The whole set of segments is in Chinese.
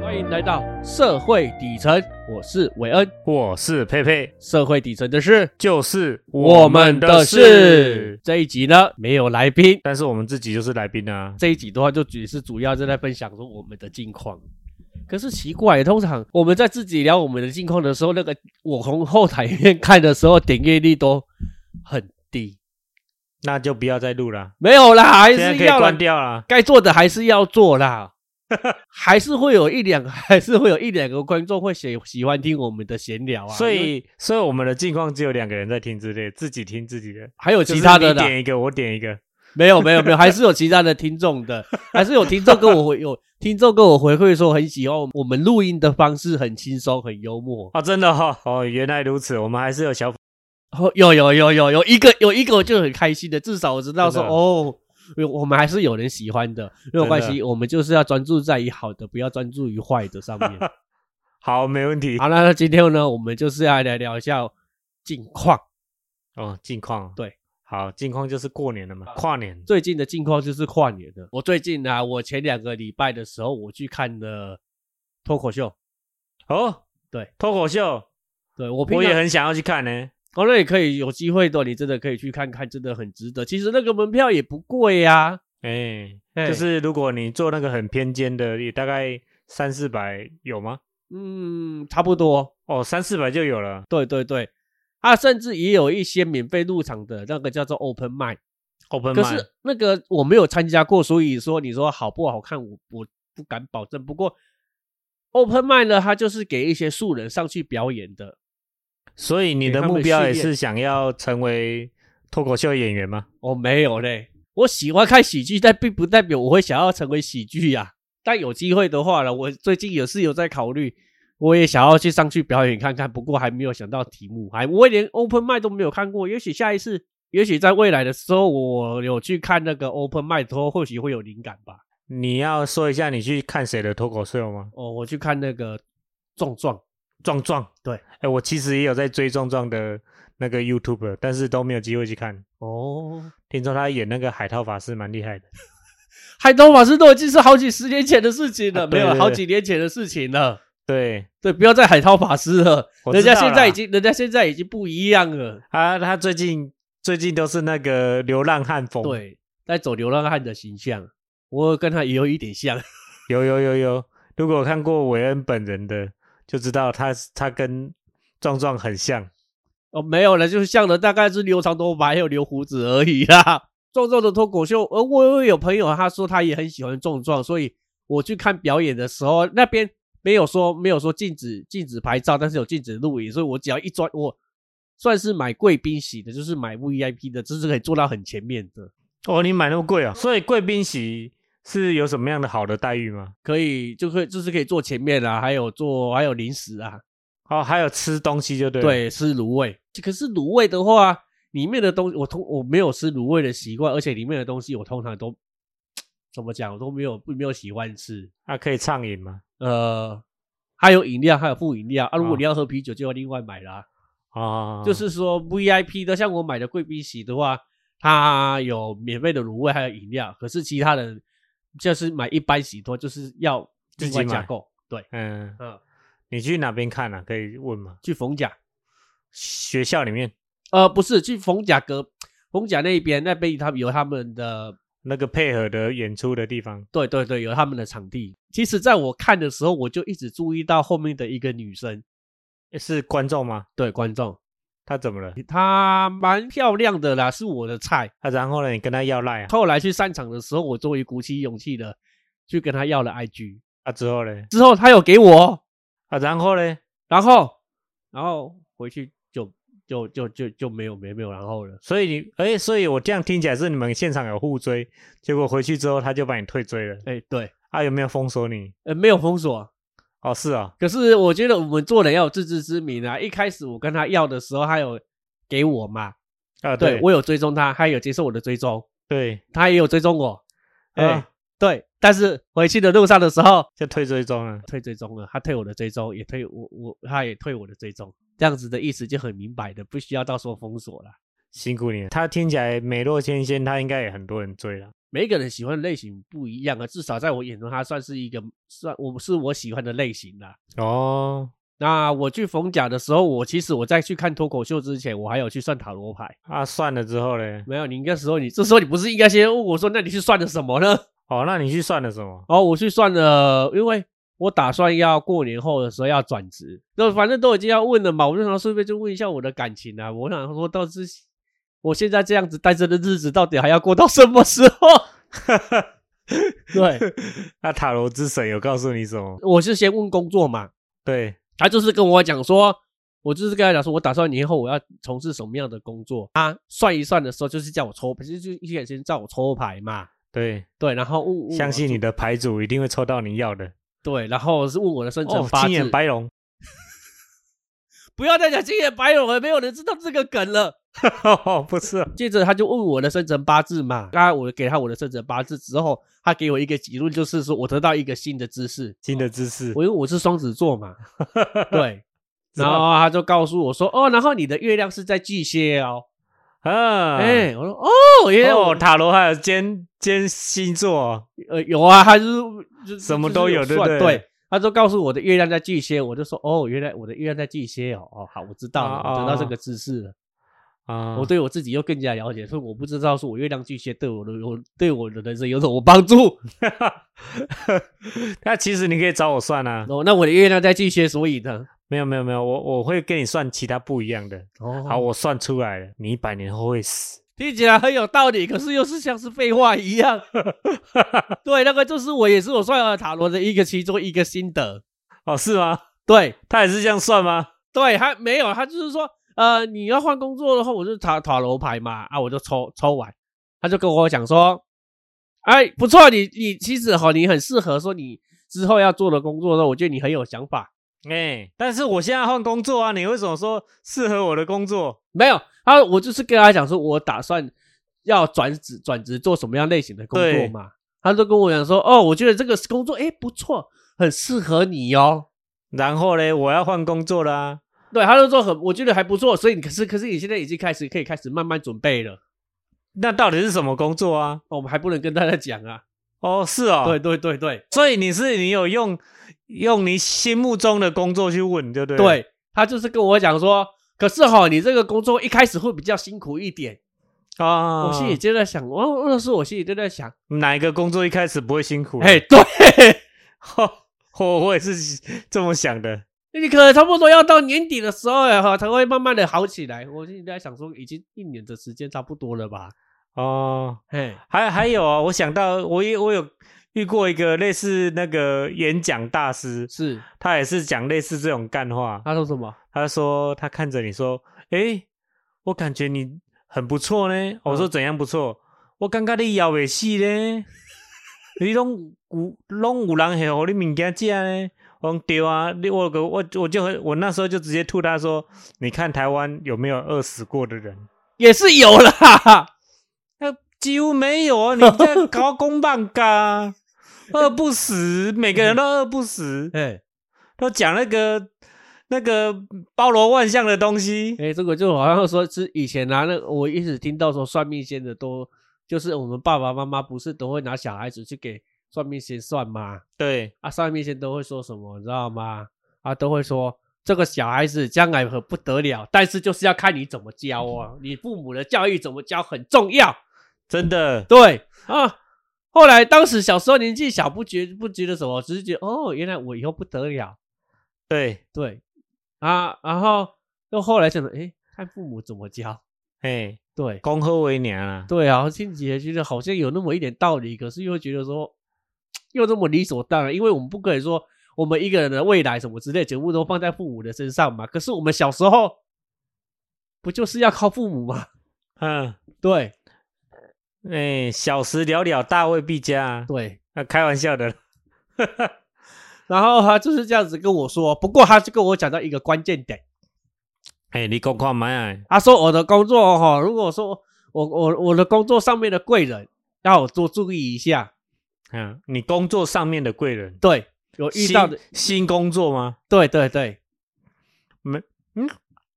欢迎来到社会底层，我是韦恩。我是佩佩，社会底层的事，就是事。。这一集呢，没有来宾。但是我们自己就是来宾啊，这一集的话，就只是主要是在分享说我们的近况。可是奇怪，通常我们在自己聊我们的近况的时候，那个我从后台面看的时候，点阅率都很低。那就不要再录啦，没有啦，还现在是可要啦以关掉啦。该做的还是要做 啦，还是会有一两，还是会有一两个观众会喜喜欢听我们的闲聊啊。所因为以，所以我们的近况只有两个人在听之类，自己听自己的，还有其他的就是啦你，点一个，我点一个。没有没有没有，还是有其他的听众的， 还是有听众跟我回有听众跟我回馈说很喜欢我们录音的方式，很轻松，很幽默。哦，真的 哈、哦，原来如此，我们还是有小哦，有有有有有一个有一个我就很开心的，至少我知道说真的哦。有我们还是有人喜欢的，没有关真系，我们就是要专注在于好的，不要专注于坏的 上面。好，没问题。好，那今天呢，我们就是要来聊一下近况。哦，近况对，好，近况就是过年了嘛，跨年最近的近况就是跨年了。我最近啊，我前两个礼拜的时候，我去看了脱口秀。哦，对，脱口秀，对我平我常也很想要去看呢。哦，那也可以有机会的，你真的可以去看看，真的很值得。其实那个门票也不贵啊呀、哎、哎就是如果你做那个很偏尖的，也大概三四百有吗？嗯，差不多。哦，三四百就有了。对对对，啊，甚至也有一些免费入场的那个叫做 open m i d Open 可 mic 是那个我没有参加过，所以说你说好不好看，我我不敢保证。不过 open m i d 呢，它就是给一些素人上去表演的。所以你给的他们目标训也练是想要成为脱口秀演员吗？我、哦没有嘞，我喜欢看喜剧，但并不代表我会想要成为喜剧呀、但有机会的话呢，我最近也是有在考虑，我也想要去上去表演看看，不过还没有想到题目，还我连 open m i 都没有看过。也许下一次，也许在未来的时候，我有去看那个 open m i 之后，或许会有灵感吧。你要说一下你去看谁的脱口秀吗？哦，我去看那个壮壮，壮壮，对，哎，我其实也有在追壮壮的那个 YouTube，但是都没有机会去看。哦，听说他演那个海涛法师蛮厉害的，海东法师都已经是好几十年前的事情了，啊没对有对对好几年前的事情了。对对，不要再海涛法师了，我人知家道现在啦已经，人家现在已经不一样了。啊，他最近最近都是那个流浪汉风，，对，在走流浪汉的形象，我跟他也有一点像。有有有有，如果有看过韦恩本人的，就知道他他跟壮壮很像。哦，没有了，就是像了，大概是留长头发还有留胡子而已啦。壮壮的脱口秀，而我我有朋友他说他也很喜欢壮壮，所以我去看表演的时候，那边没有说没有说禁止禁止拍照，但是有禁止录影，所以我只要一抓我。算是买贵宾席的，就是买 VIP 的，就是可以坐到很前面的，哦，你买那么贵啊？所以贵宾席是有什么样的好的待遇吗？可以就可以就是可以坐前面啊，还有坐还有零食啊，哦，还有吃东西就对。，对，吃卤味。可是卤味的话，里面的东西我通我没有吃卤味的习惯，而且里面的东西我通常都怎么讲，我都没有没有喜欢吃。啊，可以畅饮吗？呃，还有饮料，还有副饮料啊。如果啊你要喝啤酒，就要另外买啦。哦，就是说 VIP 的，像我买的贵宾席的话，它有免费的卤味，还有饮料。可是其他人就是买一般席多，就是要自另己外加买购。对，嗯，嗯，你去哪边看啊？可以问吗？去逢甲。学校里面呃，不是去逢甲隔逢甲那边，那边他们有他们的那个配合的演出的地方。对对对，有他们的场地。其实，在我看的时候，我就一直注意到后面的一个女生，是观众吗？对观众，他怎么了？她蛮漂亮的啦，是我的菜。啊，然后呢？你跟他要赖啊？后来去散场的时候，我终于鼓起勇气了，去跟她要了 IG。啊，之后嘞？之后她有给我，啊，然后嘞？然后然后回去就就就就就没有没没有然后了。所以你，哎，所以我这样听起来是你们现场有互追，结果回去之后他就把你退追了。哎，对，啊，有没有封锁你？呃，没有封锁。哦，是啊、可是我觉得我们做人要有自知之明啊。一开始我跟她要的时候，她有给我嘛，哦，啊，对对，我有追踪她，她有接受我的追踪。对，他也有追踪我，哎、哎、对，但是回去的路上的时候就退追踪了。退追踪了，他退我的追踪，也退我我，他也退我的追踪，这样子的意思就很明白的，不需要到时候封锁了。辛苦你了，他听起来美若天仙，他应该也很多人追了。每一个人喜欢的类型不一样啊，至少在我眼中，他算是一个算我是我喜欢的类型啦、哦那我去逢甲的时候，我其实我在去看脱口秀之前，我还有去算塔罗牌。啊，算了之后嘞，没有，你应该时候你这时候你不是应该先问我说，那你去算了什么呢？ 哦，那你去算了什么？哦，我去算了，因为我打算要过年后的时候要转职，那反正都已经要问了嘛，我就想顺便就问一下我的感情啊。我想说，到底是我现在这样子单身的日子，到底还要过到什么时候？ 对，那啊塔罗之神有告诉你什么？我是先问工作嘛，对，他就是跟我讲说，我就是跟他讲说，我打算年后我要从事什么样的工作啊？算一算的时候，就是叫我抽牌，就就一开始先叫我抽牌嘛，对，对，然后问问我相信你的牌组一定会抽到你要的。对，然后是问我的生辰哦，八青字，眼白龙， 不要再讲青眼白龙了，没有人知道这个梗了。不是啊接着他就问我的生辰八字嘛，那我给他我的生辰八字之后，他给我一个结论，就是说我得到一个新的知识。新的知 识。我因为我是双子座 嘛，对，然后他就告诉我说，哦，然后你的月亮是在巨蟹哦，啊，哎、我说哦，原来我、哦，塔罗还有兼兼星座，呃有啊，他就是就什么都有就是有对算不对对。他就告诉我的月亮在巨蟹，我就说哦，原来我的月亮在巨蟹哦，哦好，我知道了，我得啊啊到啊这个知识了，啊，我对我自己又更加了解，所以我不知道说我月亮巨蟹对我的我对我的人生有什么帮助。那其实你可以找我算啊，哦，那我的月亮在巨蟹，所以呢，没有没有没有，我我会跟你算其他不一样的。哦好，，我算出来了，你一百年后会死。听起来很有道理，可是又是像是废话一样。对，那个就是我也是我算了塔罗的一个其中一个心得。哦，是吗？对，他也是这样算吗？对，他没有，他就是说，呃，你要换工作的话，我就塔塔罗牌嘛，啊，我就抽抽完，他就跟我讲说，哎，不错，你你其实哈，你很适合说你之后要做的工作的时候，我觉得你很有想法。哎、但是我现在换工作啊，你为什么说适合我的工作？没有，他我就是跟他讲说，我打算要转职转职做什么样类型的工作对嘛，他就跟我讲说，哦，我觉得这个工作哎不错，很适合你哦。然后嘞，我要换工作啦、啊。对，他就说很，我觉得还不错，所以你可是可是你现在已经开始可以开始慢慢准备了，那到底是什么工作啊？哦我们还不能跟大家讲啊。哦，是哦，对，对对对所以你是你有用用你心目中的工作去问，对不对？，对，他就是跟我讲说，可是哈，你这个工作一开始会比较辛苦一点。啊，我心里就在想，哦，那时候我心里就在想，哪一个工作一开始不会辛苦？哎，对， 我我也是这么想的。你可能差不多要到年底的时候了哈，才会慢慢的好起来。我心里在想说，已经一年的时间差不多了吧？哦，嘿，还还有啊，我想到我也我有遇过一个类似那个演讲大师，是，他也是讲类似这种干话。他说什么？他说他看着你说：“诶，我感觉你很不错呢。”我说：“怎样不错？”我感觉你腰未死呢，你拢有拢有人会互你物件食呢。我讲对啊，你我我我我就很我那时候就直接吐他说：“你看台湾有没有饿死过的人？”也是有啦， 那几乎没有啊！你在搞公办嘎，饿不死，每个人都饿不死，哎都讲那个那个包罗万象的东西。哎，这个就好像说是以前啊，那我一直听到说算命先的都，就是我们爸爸妈妈不是都会拿小孩子去给算命先算吗？对，啊，上面先都会说什么，你知道吗？啊，都会说这个小孩子将来很不得了，但是就是要看你怎么教哦，你父母的教育怎么教很重要。真的，对啊，后来当时小时候年纪小，不觉不觉得什么，只是觉得哦，原来我以后不得了。对，对啊，然后又后来想着，诶，看父母怎么教。哎，对恭贺为娘啊！对啊，听起来觉得好像有那么一点道理，可是又觉得说又那么理所当然，因为我们不可以说我们一个人的未来什么之类，全部都放在父母的身上嘛。可是我们小时候不就是要靠父母吗？嗯，对哎，小时了了，大未必佳啊！对，啊，开玩笑的，然后他就是这样子跟我说，不过他就跟我讲到一个关键点。哎，你讲看买他说我的工作哈、如果说我我我的工作上面的贵人要我多注意一下，嗯，你工作上面的贵人，对，有遇到的，新新工作吗？对对对，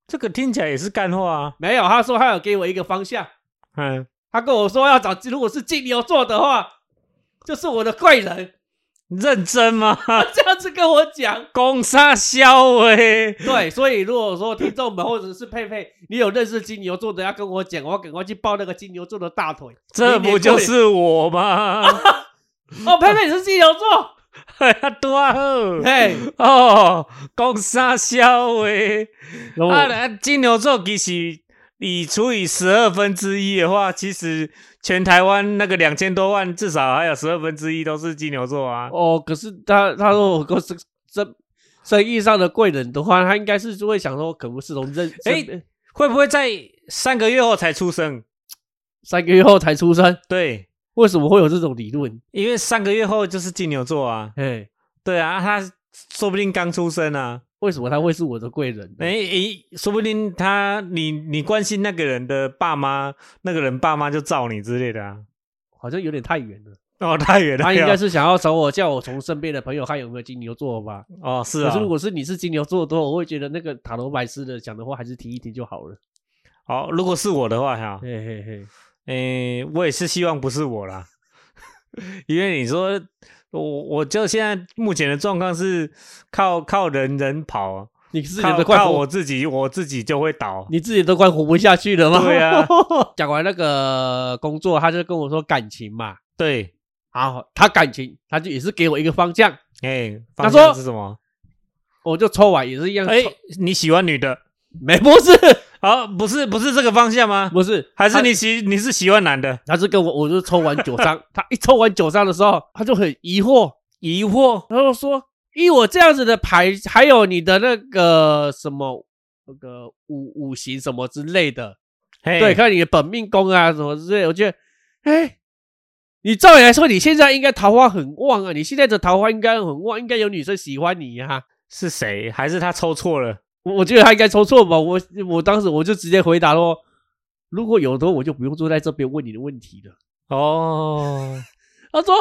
这个听起来也是干话啊，啊没有，他说他有给我一个方向，嗯，他跟我说要找，如果是金牛座的话，就是我的贵人。 认真吗？ 他这样子跟我讲，攻杀肖诶，对，所以如果说听众们或者是佩佩，你有认识金牛座的，要跟我讲，我要赶快去抱那个金牛座的大腿。这不就明是我吗？年过年哦，佩佩你是金牛 座， 哎呀，多好嘿，哦，攻杀肖诶。然后啊，那金牛座其实你除以十二分之一的话，其实全台湾那个两千多万，至少还有十二分之一都是金牛座 啊。哦，可是他他说我公司生生意上的贵人的话，他应该是就会想说，可能是从认哎身会不会在三个月后才出生？三个月后才出生，对，为什么会有这种理论？因为三个月后就是金牛座啊。哎，对啊，他说不定刚出生啊。为什么他会是我的贵人呢？诶诶，说不定他你你关心那个人的爸妈，那个人爸妈就罩你之类的啊。好像有点太远了。哦，太远了。他应该是想要找我，叫我从身边的朋友看有没有金牛座吧。哦，是可啊是。如果是你是金牛座的话，我会觉得那个塔罗牌师的讲的话还是听一听就好 了。好，哦如果是我的话哈，嘿嘿嘿，诶、我也是希望不是我啦， 因为你说我，我就现在目前的状况是靠靠人人跑啊，你自己靠都快靠活我，自己，我自己就会倒。你自己都快活不下去了吗？对啊， 讲完那个工作，他就跟我说感情嘛。对，好，他感情，他就也是给我一个方向，诶、他方向说是什么？我就抽完也是一样抽。诶、你喜欢女的？哎没不是啊，不是不是这个方向 吗？不是，还是他你喜你是喜欢男的？他是跟我，我就抽完九 张，他一抽完九张的时候，他就很疑惑，疑惑？然后说：“依我这样子的牌，还有你的那个什么那个五五行什么之类的，嘿对，看你的本命宫啊什么之类的，我觉得，哎，你照理来说，你现在应该桃花很旺啊，你现在的桃花应该很旺，应该有女生喜欢你呀、啊。是谁？还是他抽错了？我我觉得他应该抽错吧，我我当时我就直接回答咯，如果有的话，我就不用坐在这边问你的问题了。” 哦，他说，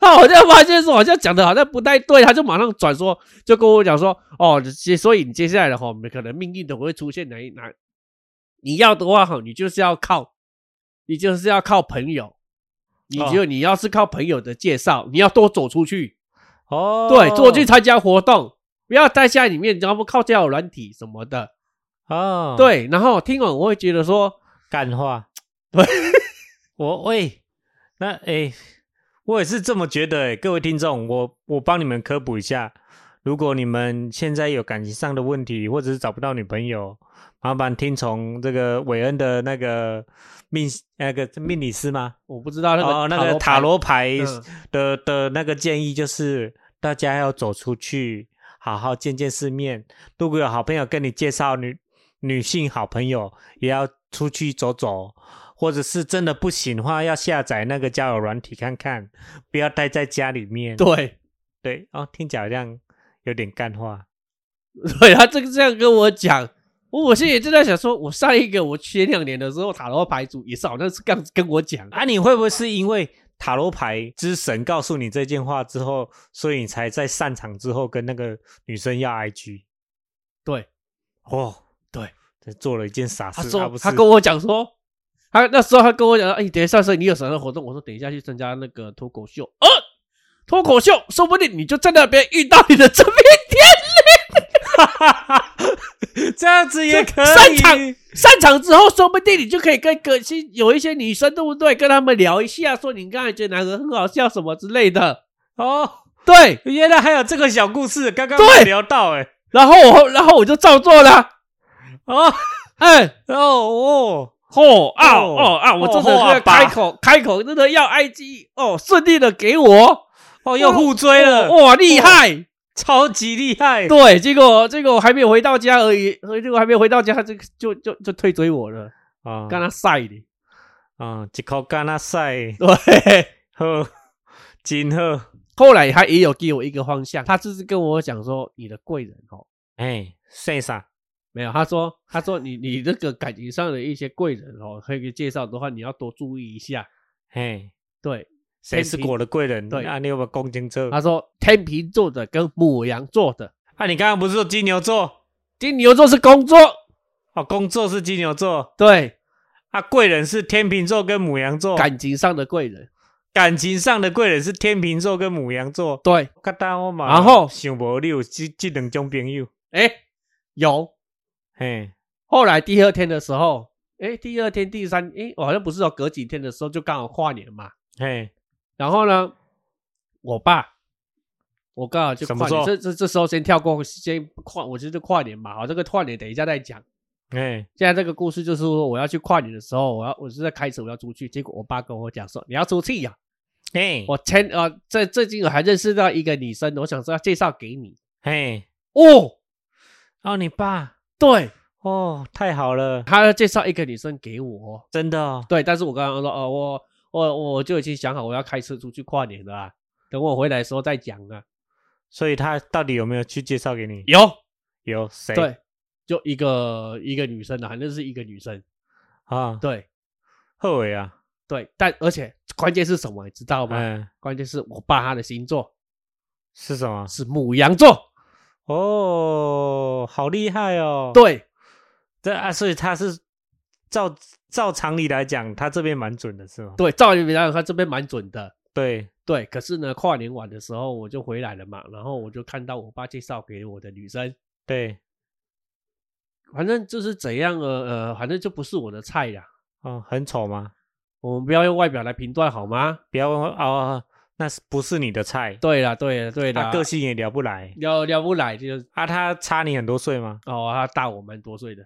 他好像发现说好像讲的好像不太对，他就马上转说，就跟我讲说，哦，接所以你接下来的话，可能命运的会出现哪一哪，你要的话哈，你就是要靠，你就是要靠朋友，你哦就、你要是靠朋友的介绍，你要多走出去，哦，对，多去参加活动。不要待在里面，然后靠交友软体什么的，哦，对。然后听完我会觉得说，干 话。对，我喂，那诶、我也是这么觉得诶、各位听众，我我帮你们科普一下，如果你们现在有感情上的问题，或者是找不到女朋友，麻烦听从这个韦恩的那个命那个命理师吗？我不知道那个哦，那个塔塔罗牌牌嗯嗯的、的那个建议就是，大家要走出去，好好见见世面。如果有好朋友跟你介绍女女性好朋友，也要出去走走，或者是真的不行的话，要下载那个交友软体看看，不要待在家里面。对，对哦，听起来好像有点干话。对他这个这样跟我讲，我我现在也正在想说，我上一个我前两年的时候塔罗牌组也是好像是刚跟我讲，啊，你会不会是因为塔罗牌之神告诉你这件话之后，所以你才在散场之后跟那个女生要 IG？对，哦，对，这做了一件傻他事。啊说不是他跟我讲说，他那时候他跟我讲说，哎、等一下说你有什么活动？我说等一下去参加那个脱口秀，呃，脱口秀说不定你就在那边遇到你的真命天 这样子也可散以。场女，散场之后说不定你就可以跟可惜有一些女生对不对？跟他们聊一下，说你刚才觉得哪个很好笑什么之类的，哦，对，原来还有这个小故事，刚刚对没聊到哎、然后我然后我就照做了，哦哎、哦哦，嚯啊哦哦啊！我真哦的啊是爸开口开口，真的要 IG 哦，顺利的给我，哦又互追了，哦哇，厉害！超级厉害。对，结果结果还没有回到家而已，结果还没有回到家，他就就就就退追我了，啊跟他晒的。啊，一口干那赛，对，好，真好，后来他也有给我一个方向，他就是跟我讲说，你的贵人哦，哎，算啥？没有，他说他说你你这个感情上的一些贵人哦，可以介绍的话，你要多注意一下。嘿，对，谁是我的贵人？对啊，你有没有公斤车？他说天秤座的跟母羊座的，啊，你刚刚不是说金牛座？金牛座是工作，哦，工作是金牛座对。啊，贵人是天秤座跟母羊座，感感情上的贵人，感情上的贵人是天秤座跟母羊座。对，较当我嘛，然后想无你有这这两种朋友，哎，有。嘿，后来第二天的时候，哎，第二天、第三，哎，我好像不是哦，隔几天的时候就刚好跨年嘛。嘿，然后呢，我爸，我刚好就什跨么年，时候这这这时候先跳过，先跨，我就是跨年嘛。好，这个跨年等一下再讲。嘿，现在这个故事就是说，我要去跨年的时候，我要我是在开车，我要出去，结果我爸跟我讲说，你要出去呀、嘿，我前呃，这最近我还认识到一个女生，我想说要介绍给你嘿，哦。哦，你爸，对，哦，太好了，他要介绍一个女生给我，真的、哦，对，但是我刚刚说，哦，我我我就已经想好我要开车出去跨年了、啊，等我回来的时候再讲啊。所以他到底有没有去介绍给你？有，有谁？对，就一个一个女生啊，反正是一个女生，啊，对后悔啊，对，但而且关键是什么，你知道吗？嗯，关键是我爸他的星座是什么？是母羊座，哦，好厉害哦！，对，这啊，所以他是照照常理来讲，他这边蛮准的是吗？对，照理来讲他这边蛮准的，对，对，可是呢，跨年晚的时候我就回来了嘛，然后我就看到我爸介绍给我的女生，对，反正就是怎样呃呃，反正就不是我的菜呀。哦，很丑吗？我们不要用外表来评断好吗？不要问我哦，那是不是你的菜？对啦，对啦，对啦，他个性也聊不来聊聊不来就是啊，他差你很多岁吗？哦，他大我蛮多岁的，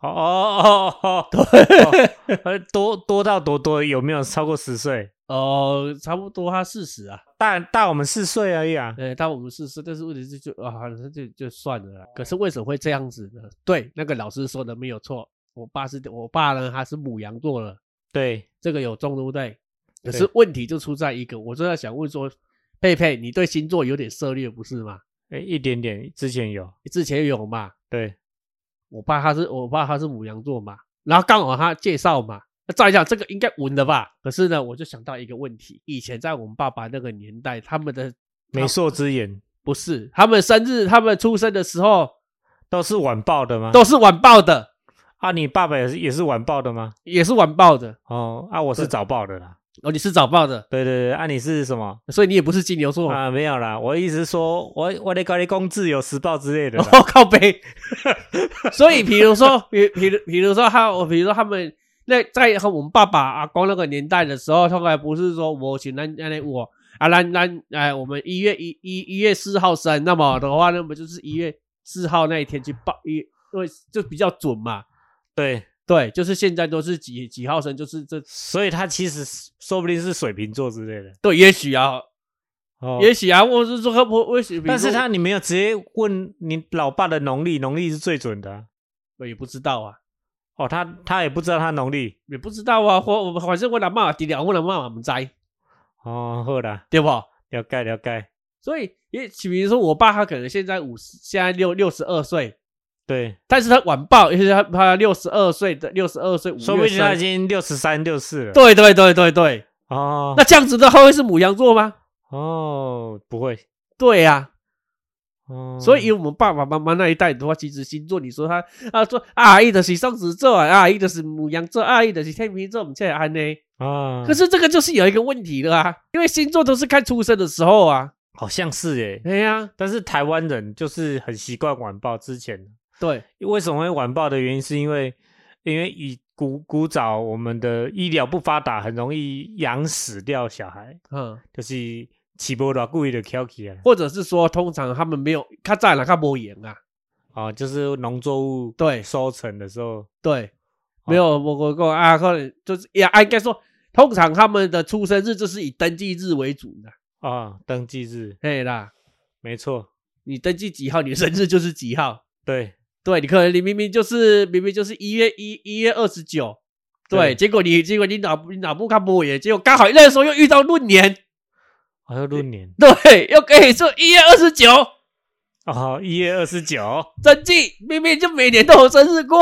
哦哦哦哦，哦呃多多到多多有没有超过十岁？哦、差不多他四十啊，大大我们四岁而已啊。呃，大我们四十，但是问题是就啊，那就就算了啦。可是为什么会这样子呢？对，那个老师说的没有错，我爸是我爸呢，他是母羊座了，对，这个有中对不对？可是对问题就出在一个，我正在想问说，佩佩，你对星座有点涉猎不是吗？诶一点点之前有，之前有嘛？对我爸他是我爸他是母羊座嘛，然后刚好他介绍嘛，那照一下这个应该稳的吧？可是呢，我就想到一个问题，以前在我们爸爸那个年代，他们的媒妁之言不是他们生日，他们出生的时候都是晚报的吗？都是晚报的，啊，你爸爸也是也是晚报的吗？也是晚报的，哦，啊，我是对早报的啦。哦，你是早报的，对对对，啊，你是什么所以你也不是金牛座。啊？没有啦，我意思是说，我我得搞你公自由时报之类的然啦。后哦靠 背，所以比如说，比比如比如说他，我比如说他们那在和我们爸爸阿公那个年代的时候，他们不是说我请咱咱我啊，咱咱哎，我们一月一一一月四号生，那么的话，那么就是一月四号那一天去报一，因为就比较准嘛。对，对，就是现在都是几几号生，就是这所以他其实是说不定是水瓶座之类的。对，也许啊，哦，也许啊，我是说他不，也许比如但是说他你没有直接问你老爸的农历，农历是最准的啊、我也不知道啊，哦，他他也不知道他农历。也不知道啊，或我反正我老妈低调，我老妈我们在，哦，好啦，对不？了解了解。所以也比如说我爸他可能现在五十，现在六六十二岁，对，但是他晚报，也就是他他六十二岁的六十二岁五说不月定他已生，经六十三、六四了。对对对对对，哦，那这样子的他会是母羊座吗？哦，不会。对呀、哦，所以以我们爸爸妈妈那一代的话，其实星座，你说他啊说啊，伊的是双子座啊，啊伊的是母羊座，啊伊的是天秤座，我们现在安呢。啊，可是这个就是有一个问题了啊，因为星座都是看出生的时候啊，好像是耶，哎呀、但是台湾人就是很习惯晚报之前。对为什么会晚报的原因，是因为因为以古古早我们的医疗不发达，很容易养死掉小孩，嗯，就是起波多故意的挑起来或者是说通常他们没有，他在了他没演啊，啊，就是农作物对收成的时候，对，没有我我我啊，可能就是也啊，应该说，通常他们的出生日就是以登记日为主的，啊，登记日嘿啦，没错，你登记几号，你生日就是几号。对对你可能你明明就是明明就是一月一一月二十九，对对，结果你结果你脑你脑部看不也，结果刚好那时候又遇到闰年，好像闰年对，又 可以说一月二十九哦，一月二十九，登记，明明就每年都有生日过，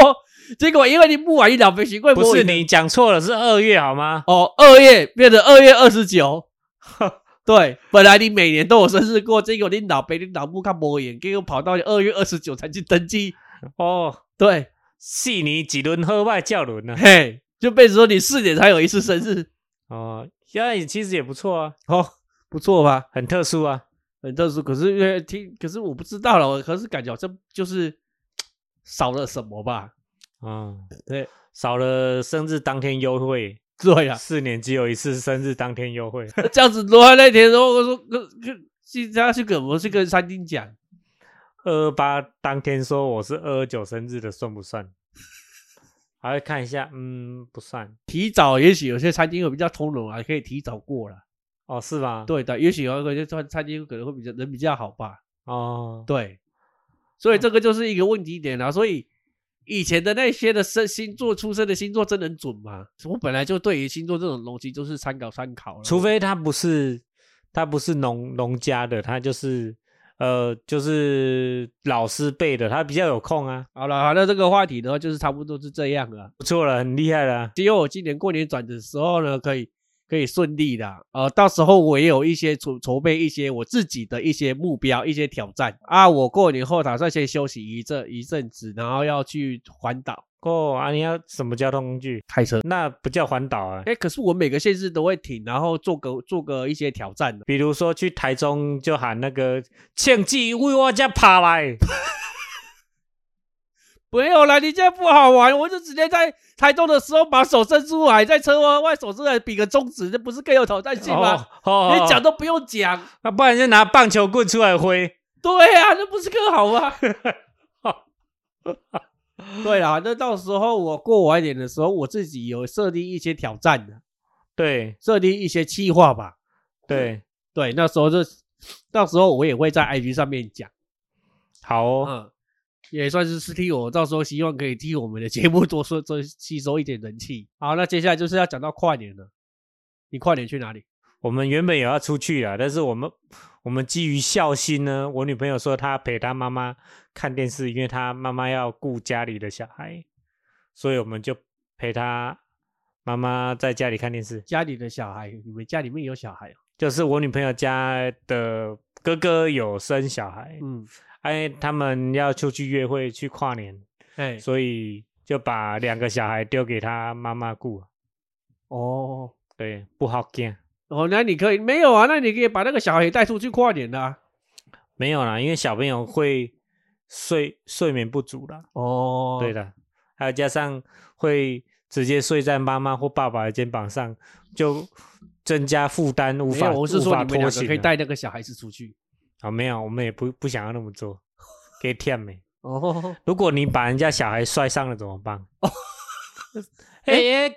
结果因为你不玩你脑没习惯，不是你讲错了，是二月好吗？哦，二月变成二月二十九。 对，本来你每年都有生日过，结果你老被你老母看不眼，结果跑到二月二十九才去登记。哦，对，四年几轮喝外叫轮呢？嘿，就被子说你四年才有一次生日，哦，现在其实也不错啊，哦，不错吧？很特殊啊。很特殊，可是因为听，可是我不知道了，我可是感觉好像就是少了什么吧？嗯，对，少了生日当天优惠，对呀、四年只有一次生日当天优惠。 这样子挪到那天，然后我说跟跟去他去跟我去跟餐厅讲，二二八当天说我是二二九生日的，算不算？还会看一下，嗯，不算。提早也许有些餐厅会比较通融啊，可以提早过了。哦，是吗？，对的，也许有一些餐餐厅可能会比较人比较好吧。哦，对，所以这个就是一个问题点啦、所以以前的那些的生星座出生的星座真的很准吗？我本来就对于星座这种东西就是参考参考了。除非他不是他不是农农家的，他就是呃就是老师辈的，他比较有空啊。好了，好了，这个话题呢就是差不多是这样了。不错了，很厉害了啊。希望我今年过年转的时候呢，可以可以顺利的。呃，到时候我也有一些筹筹备一些我自己的一些目标、一些挑战啊。我过年后打算先休息一阵一阵子，然后要去环岛哦，啊，你要什么交通工具？开车。那不叫环岛啊。哎，可是我每个县市都会停，然后做个做个一些挑战的。比如说去台中就喊那个“庆记为我家爬来没有啦，你这样不好玩，我就直接在台中的时候把手伸出来，在车外手伸出来比个中指，这不是更有挑战”，性吗？哦连讲都不用讲，那啊不然就拿棒球棍出来挥。对啊，那不是更好吗？ 对啊，那到时候我过完年的时候，我自己有设定一些挑战的，对设定一些计划吧。嗯对，对，那时候就，到时候我也会在 IG 上面讲，好哦，嗯，也算是是替我到时候希望可以替我们的节目多说多吸收一点人气。 好，那接下来就是要讲到跨年了，你跨年去哪里？我们原本也要出去啊，但是我们我们基于孝心呢，我女朋友说她陪她妈妈看电视，因为她妈妈要顾家里的小孩，所以我们就陪她妈妈在家里看电视。家里的小孩，你们家里面有小孩、啊？就是我女朋友家的哥哥有生小孩，嗯，哎，他们要出去约会去跨年，哎、所以就把两个小孩丢给他妈妈顾。啊哦，对，不好干。哦，那你可以没有啊？那你可以把那个小孩也带出去跨年的、啊。没有啦，因为小朋友会睡睡眠不足啦。哦对，的，还有加上会直接睡在妈妈或爸爸的肩膀上，就增加负担，无没法有，我是无说法你们两个拖行可以啊带那个小孩子出去。啊、没有，我们也不不想要那么做，给舔没。哦，如果你把人家小孩摔伤了怎么 办？哎、欸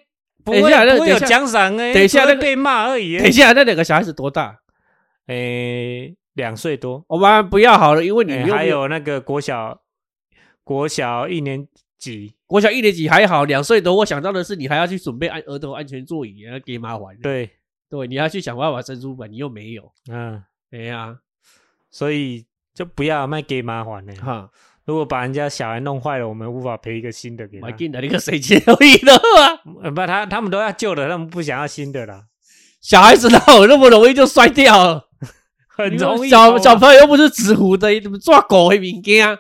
不哦等一会下那不会等有一下奖赏哎，等一下只会那个被骂而已欸。等一下，那两个小孩子多大？诶，两岁多，我们不要好了，因为你诶又哎还有那个国小，国小一年级，国小一年级还好，两岁多，我想到的是你还要去准备安儿童安全座椅，要给麻烦。对，对，你要去想办法生出本，你又没有。嗯，哎呀、所以就不要卖给麻烦呢。哈，如果把人家小孩弄坏了，我们无法赔一个新的给他买。进来那个谁接而已的啊！呃不，他他们都要旧的，他们不想要新的啦，小孩子哪有那么容易就摔掉了？很容易。哦小小好不好朋友又不是纸糊的，你怎么抓狗的物件啊？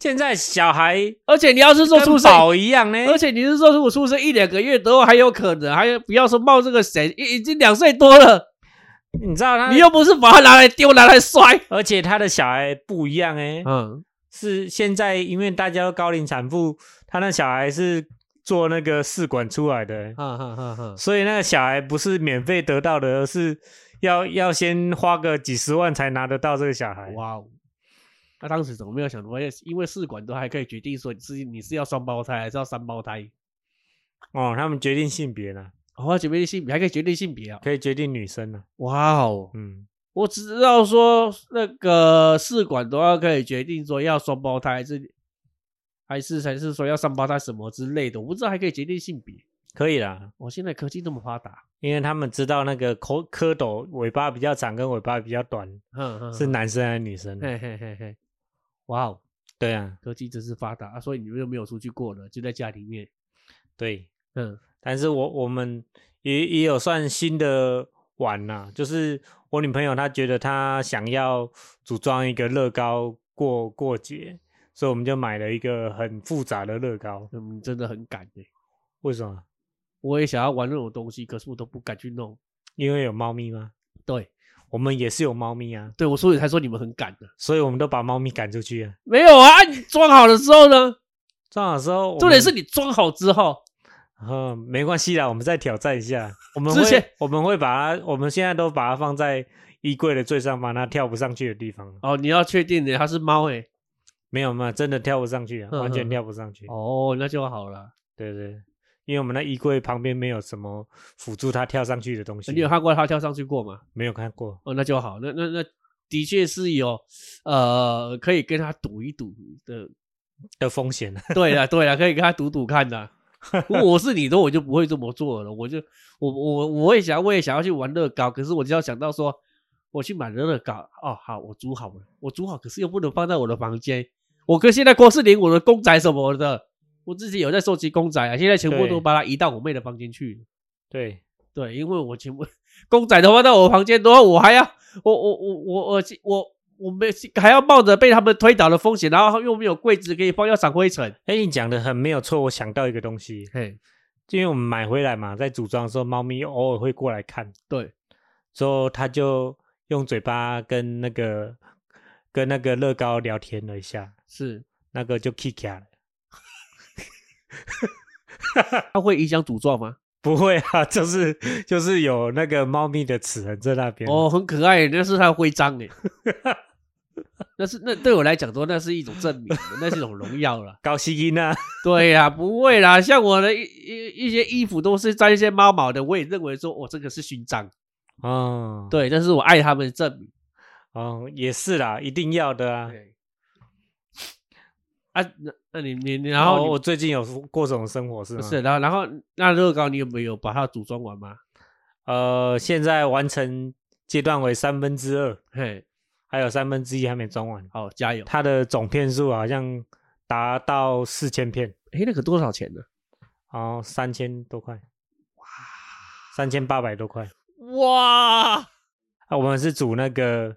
现在小孩而且你要是说出跟生宝一样呢，而且你是说，如果出生一两个月的话，还有可能，还有不要说冒这个险，已已经两岁多了，你知道他你又不是把它拿来丢，拿来摔。而且他的小孩不一样哎、嗯，是现在因为大家都高龄产妇，他那小孩是做那个试管出来的欸、哈哈哈哈，所以那个小孩不是免费得到的，而是要要先花个几十万才拿得到这个小孩。哇哦！他当时怎么没有想到，因为试管都还可以决定说你是你是要双胞胎还是要三胞胎，哦，他们决定性别了，哦，决定性别还可以决定性别啊！可以决定女生了。哇哦！嗯，我只知道说那个试管都要可以决定说要双胞胎还是还是还是说要三胞胎什么之类的，我不知道还可以决定性别。可以啦，我、现在科技这么发达，因为他们知道那个蝌蝌蚪尾巴比较长跟尾巴比较短哼哼是男生还是女生。啊嘿嘿嘿嘿，哇哦，对啊，科技真是发达啊！所以你们又没有出去过了，就在家里面。对。嗯，但是我我们也也有算新的玩啦、就是我女朋友她觉得她想要组装一个乐高过过节，所以我们就买了一个很复杂的乐高。嗯，真的很赶哎、为什么？我也想要玩那种东西，可是我都不敢去弄。因为有猫咪吗？对，我们也是有猫咪啊，对我所以才说你们很敢的。所以我们都把猫咪赶出去啊。没有啊，啊你装好的时候呢？正好时候，重点是，你装好之后，嗯，没关系啦，我们再挑战 一下。我们之前会，我们会把它，我们现在都把它放在衣柜的最上方，它跳不上去的地方。哦，你要确定的，它是猫诶、没有嘛，真的跳不上去啊，嗯嗯完全跳不上去。哦，那就好了。对对，因为我们那衣柜旁边没有什么辅助它跳上去的东西，你有看过它跳上去过吗？没有看过。哦，那就好，那那那的确是有，呃，可以跟他赌一赌的。的 风险。对啦，对啦，啊可以跟他赌赌看的。如果我是你的，我就不会这么做了。我就我我我也想，我也想要去玩乐高，可是我就要想到说，我去买了乐高，哦，好，我煮好了，我煮好，可是又不能放在我的房间。我哥现在光是连我的公仔什么的，我自己有在收集公仔啊，现在全部对都把它移到我妹的房间去了。对，对，因为我全部公仔的话，到我房间的话，我还要我我我我我我我没还要冒着被他们推倒的风险，然后又没有柜子可以放，要散灰尘。哎，你讲的很没有错。我想到一个东西，嘿，因为我们买回来嘛，在组装的时候，猫咪偶尔会过来看，对，之后它就用嘴巴跟那个跟那个乐高聊天了一下，是那个就 kick 了。它会影响组装吗？不会啊，就是就是有那个猫咪的齿痕在那边。哦，很可爱，那是它的徽章 哎。那是那对我来讲说，那是一种证明， 那是一种荣耀了。高希音啊，对呀、不会啦，像我的一一一些衣服都是沾一些猫毛的，我也认为说，我、哦、这个是勋章，哦，对，那是我爱他们的证明。哦，也是啦，一定要的啊。对。啊，那那你你你然后哦你我最近有过这种生活是不吗？是，然后然后那乐高你有没有把它组装完吗？呃，现在完成阶段为三分之二，嘿，还有三分之一还没装完。好，加油！它的总片数好像达到四千片，诶，那个多少钱呢？然后三千多块，哇，三千八百多块。哇，啊，我们是组那个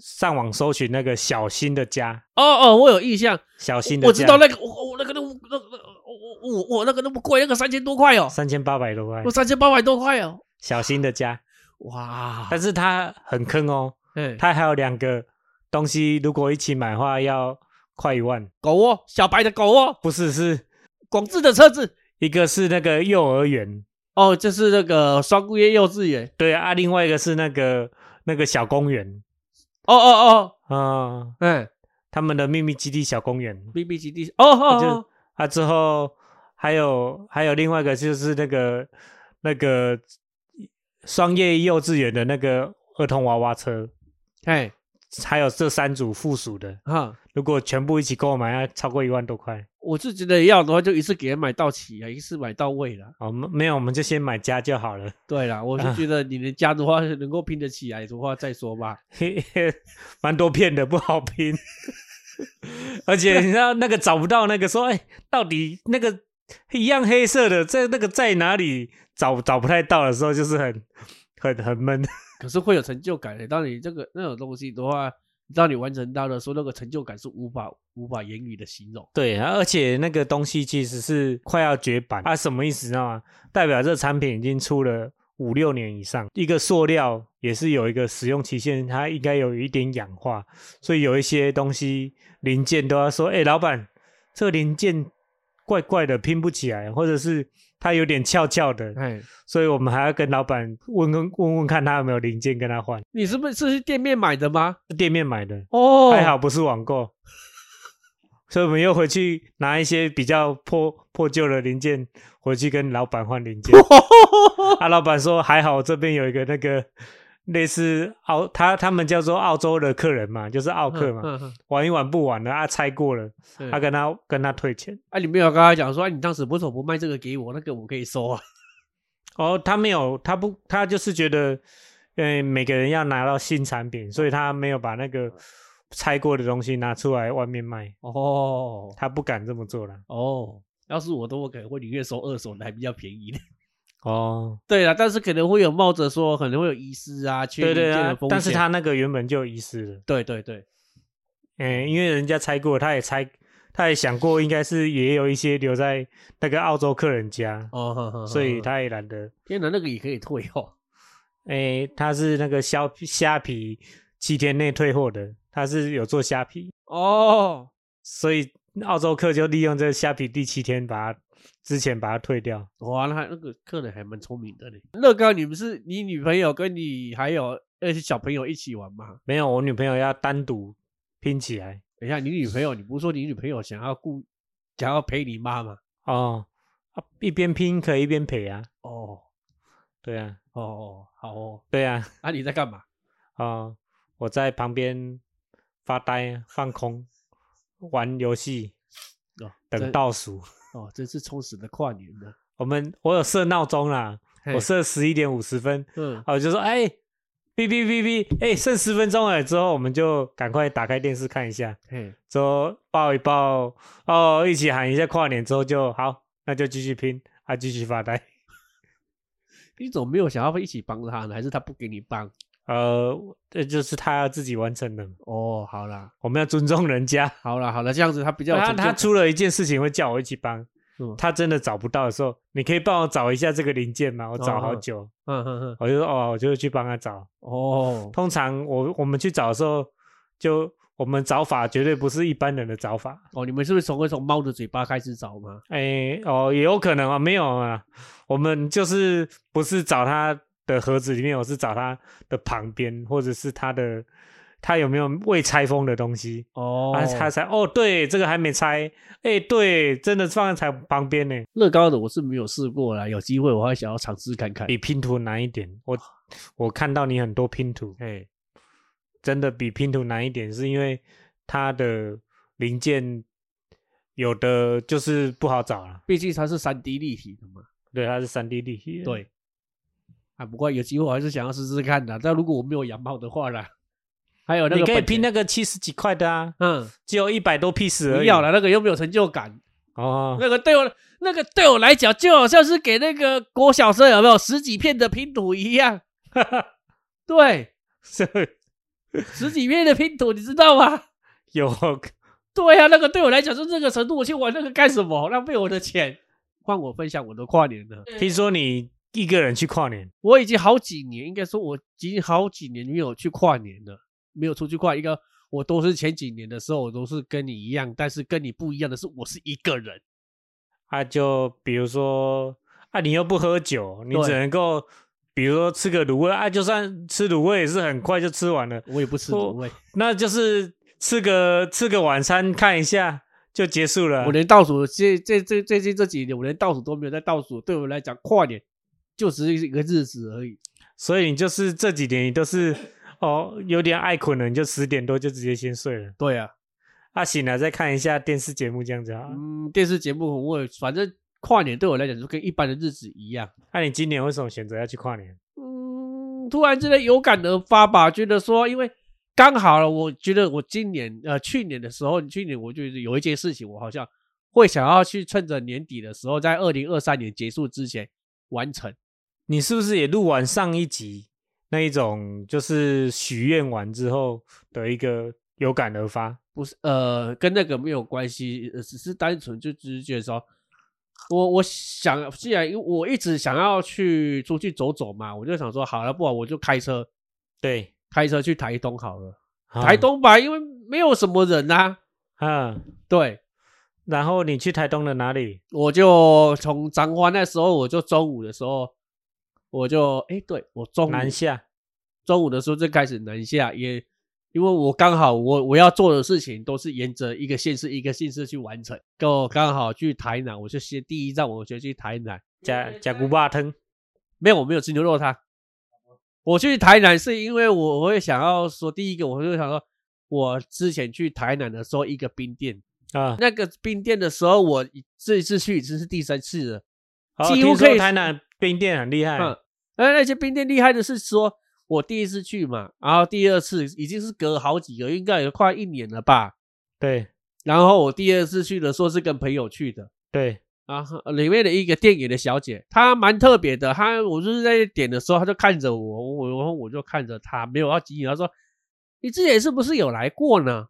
上网搜寻那个小新的家，哦哦，我有印象，小新的我知道那那个，我我那个那个那个那个我我我我那个那么贵，那个三千多块哦，三千八百多块我，三千八百多块哦，小新的家，哇！但是它很坑哦，嗯，它还有两个东西，如果一起买的话要快一万，狗哦，小白的狗哦，不是，是广智的车子一个是那个幼儿园。哦，这是那个双孤叶幼稚园，对啊，另外一个是那个那个小公园哦哦哦，啊、嗯他们的秘密基地小公园，B B 基地，哦哦就哦，啊，之后还有还有另外一个就是那个那个双叶幼稚园的那个儿童娃娃车，嘿，还有这三组附属的，哈。如果全部一起购买，要超过一万多块。我是觉得要的话，就一次给人买到齐啊，一次买到位了。哦，没没有，我们就先买家就好了。 对啦，我是觉得你们家的话能够拼得起来的话再说吧。嘿嘿，蛮多片的，不好拼。 而且你知道那个找不到那个说，哎、到底那个一样黑色的在那个在哪里找找不太到的时候，就是很很很闷。可是会有成就感的、欸当你这个那种东西的话，当你完成到的时候，那个成就感是无法无法言语的形容。对，啊而且那个东西其实是快要绝版啊，什么意思你知道吗？代表这产品已经出了五六年以上，一个塑料也是有一个使用期限，它应该有一点氧化，所以有一些东西零件都要说，哎、老板，这个零件怪怪的，拼不起来，或者是它有点翘翘的，哎，所以我们还要跟老板问问问问看他有没有零件跟他换，你是不是是去店面买的吗？是店面买的，哦，还好不是网购， 所以我们又回去拿一些比较破破旧的零件回去跟老板换零 件。啊，老板说还好我这边有一个那个类似澳，他他们叫做澳洲的客人嘛，就是好澳客嘛，嗯嗯玩一玩不玩了，啊拆过了，啊嗯他、跟他跟他退钱。啊，你没有跟他讲说，啊你当时为什么不卖这个给我？那个我可以收啊。哦，他没有，他不，他就是觉得，嗯、每个人要拿到新产品，所以他没有把那个拆过的东西拿出来外面卖，哦他不敢这么做了。哦，要是我的，我可能会宁愿收二手的，还比较便宜。 哦，对啊啦，但是可能会有冒着说可能会有遗失啊、缺对零对件的啊风险。，但是他那个原本就有遗失了，哎对对对，嗯，因为人家拆过，他也拆，他也想过，应该是也有一些留在那个澳洲客人家，哦，呵呵呵所以他也懒得。天哪，那个也可以退哦，诶、他是那个虾虾皮七天内退货的，他是有做虾皮，哦，所以澳洲客就利用这个虾皮第七天把它之前把它退掉。哇，那那个客人还蛮聪明的嘞。乐高，你们是你女朋友跟你还有那些小朋友一起玩吗？没有，我女朋友要单独拼起来等一下，你女朋友，你不是说你女朋友想要顾，想要陪你妈吗？哦，啊一边拼可以一边赔啊，哦对啊，哦哦，好哦，对啊，啊，你在干嘛？啊、我在旁边发呆放空玩游戏，哦，等真倒数。哦，真是充实的跨年呢。我们我有设闹钟啦，嘿我设十一点五十分，嗯，啊，我就说哎，哔哔哔哔，哎，剩十分钟了，之后我们就赶快打开电视看一下，嘿，之后抱一抱，哦，一起喊一下跨年，之后就好，那就继续拼啊，继续发呆。你怎么没有想要一起帮他呢？还是他不给你帮？呃，这就是他要自己完成的，哦，好啦，我们要尊重人家。好啦，好啦，这样子他比较有他成就他感出了一件事情会叫我一起帮，是吗他真的找不到的时候，你可以帮我找一下这个零件吗？我找好哦久，嗯嗯嗯，我就说哦，我就去帮他找。哦，通常我我们去找的时候，就我们找法绝对不是一般人的找法。哦，你们是不是从会从猫的嘴巴开始找吗？哎，哦，也有可能啊，没有啊，我们就是不是找他的盒子里面，我是找他的旁边，或者是他的他有没有未拆封的东西。哦，啊，他才哦，对，这个还没拆，哎，对，真的放在旁边呢，乐高的我是没有试过啦，有机会我还想要尝试看看。比拼图难一点。我我看到你很多拼图，哎，真的比拼图难一点，是因为它的零件有的就是不好找了。毕竟它是三 D 立体的嘛。对，它是三 D 立体。，对，啊，不过有机会我还是想要试试看的。但如果我没有养猫的话啦，还有那个呃你可以本钱拼那个七十几块的啊，嗯，只有一百多 piece 而不已。要了，那个又没有成就感。哦， 那个对我那个对我来讲，就好像是给那个国小生有没有十几片的拼图一 样。对，是十几片的拼图，你知道吗？有对啊，那个对我来讲就这个程度，我去玩那个干什么？浪费我的钱。换我分享我的跨年了。听说你一个人去跨年，我已经好几年，应该说我已经好几年没有去跨年了，没有出去跨一个。我都是前几年的时候，我都是跟你一样，但是跟你不一样的是，我是一个人。啊，就比如说啊，你又不喝酒，你对只能够比如说吃个卤味啊，就算吃卤味也是很快就吃完了，我也不吃我卤味，那就是吃个吃个晚餐看一下就结束了。我连倒数这这这最近这几年，我连倒数都没有在倒数。对我来讲，跨年就只是一个日子而已。所以你就是这几年你都是哦有点爱困了，你就十点多就直接先睡了，对啊，啊醒了再看一下电视节目这样子啊。嗯，电视节目我也反正跨年对我来讲就跟一般的日子一样。那、你今年为什么选择要去跨年？嗯，突然之间有感而发吧，觉得说，因为刚好了，我觉得我今年呃去年的时候，去年我就是有一件事情，我好像会想要去趁着年底的时候，在二零二三年结束之前完成。你是不是也录完上一集那一种就是许愿完之后的一个有感而发？不是呃，跟那个没有关系，呃只是单纯就只是觉得说，我我想，既然我一直想要去出去走走嘛，我就想说，好了，不然我就开车对，开车去台东好了，啊台东吧，因为没有什么人呐、啊，对，然后你去台东的哪里？我就从彰化那时候，我就中午的时候，我就哎，对我中午南下。中午的时候就开始南下，也因为我刚好我我要做的事情都是沿着一个县市一个县市去完成，跟我刚好去台南，我就先第一站我就去台南，加加古巴汤，没有我没有吃牛肉汤，我去台南是因为我我会想要说，第一个我就想说，我之前去台南的时候一个冰店，啊，那个冰店的时候我这一次去已经是第三次了。哦几乎听说可以台南冰店很厉害，嗯，那那些冰店厉害的是说，我第一次去嘛，然后第二次已经是隔好几个，应该有快一年了吧。对然后我第二次去的时候是跟朋友去的，对，然后里面的一个店员的小姐，她蛮特别的，她我就是在点的时候，她就看着我，我然后我就看着她，没有要急你，她说：“你之前是不是有来过呢